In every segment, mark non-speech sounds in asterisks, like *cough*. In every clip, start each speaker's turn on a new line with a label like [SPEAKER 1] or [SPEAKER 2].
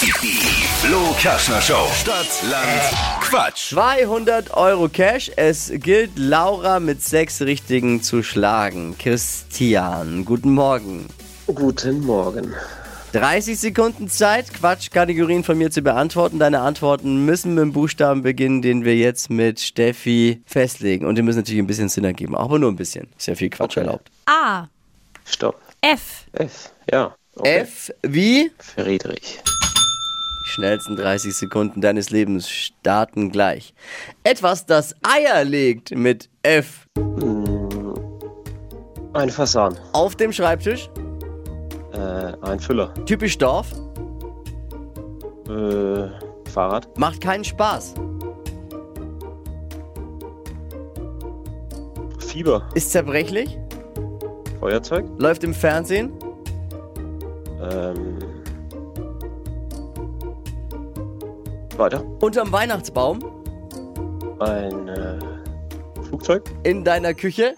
[SPEAKER 1] Die Flo Kaschner Show. Stadt, Land, Quatsch.
[SPEAKER 2] 200 Euro Cash. Es gilt, Laura mit sechs Richtigen zu schlagen. Christian, guten Morgen.
[SPEAKER 3] Guten Morgen.
[SPEAKER 2] 30 Sekunden Zeit, Quatschkategorien von mir zu beantworten. Deine Antworten müssen mit dem Buchstaben beginnen, den wir jetzt mit Steffi festlegen. Und die müssen natürlich ein bisschen Sinn ergeben, aber nur ein bisschen. Ist ja viel Quatsch
[SPEAKER 3] Okay.
[SPEAKER 2] erlaubt.
[SPEAKER 4] A.
[SPEAKER 3] Stopp.
[SPEAKER 4] F.
[SPEAKER 3] F. Ja. Okay.
[SPEAKER 2] F wie?
[SPEAKER 3] Friedrich.
[SPEAKER 2] Die schnellsten 30 Sekunden deines Lebens starten gleich. Etwas, das Eier legt mit F.
[SPEAKER 3] Ein Fasan.
[SPEAKER 2] Auf dem Schreibtisch,
[SPEAKER 3] Äh, ein Füller.
[SPEAKER 2] typisch Dorf,
[SPEAKER 3] Äh, Fahrrad.
[SPEAKER 2] macht keinen Spaß.
[SPEAKER 3] Fieber.
[SPEAKER 2] Ist zerbrechlich,
[SPEAKER 3] Feuerzeug.
[SPEAKER 2] läuft im Fernsehen,
[SPEAKER 3] Ähm. Weiter.
[SPEAKER 2] unterm Weihnachtsbaum,
[SPEAKER 3] Ein äh, Flugzeug.
[SPEAKER 2] in deiner Küche.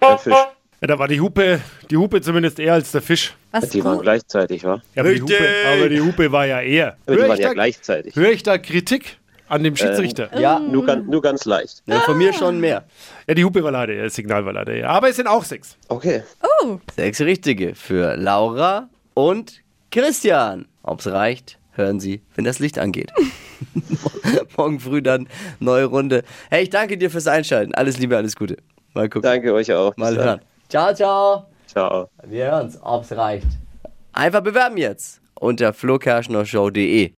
[SPEAKER 3] Ein Fisch.
[SPEAKER 5] Ja, da war die Hupe, die Hupe zumindest eher als der Fisch.
[SPEAKER 4] Was
[SPEAKER 3] Die waren
[SPEAKER 4] Q?
[SPEAKER 3] gleichzeitig, wa?
[SPEAKER 5] Ja, aber, die Hupe, aber die Hupe war ja eher.
[SPEAKER 3] Die
[SPEAKER 5] Höre
[SPEAKER 3] waren
[SPEAKER 5] ich,
[SPEAKER 3] ja Ähm.
[SPEAKER 5] da,
[SPEAKER 3] gleichzeitig.
[SPEAKER 5] höre ich da Kritik an dem Schiedsrichter?
[SPEAKER 2] Ja,
[SPEAKER 3] Nur ganz, nur ganz leicht.
[SPEAKER 2] ne, von mir schon mehr.
[SPEAKER 5] Ja, die Hupe war leider eher, das Signal war leider eher. Aber es sind auch sechs.
[SPEAKER 3] Okay.
[SPEAKER 2] Sechs richtige für Laura und Christian. Ob's reicht, hören Sie, wenn das Licht *laughs* angeht. Morgen früh dann neue Runde. Hey, ich danke dir fürs Einschalten. Alles Liebe, alles Gute. Mal gucken.
[SPEAKER 3] Danke euch auch. Bis
[SPEAKER 2] Mal
[SPEAKER 3] dann.
[SPEAKER 2] hören. Ciao, ciao.
[SPEAKER 3] Ciao.
[SPEAKER 2] Wir hören's, ob's reicht. Einfach bewerben jetzt unter flokerschnershow.de.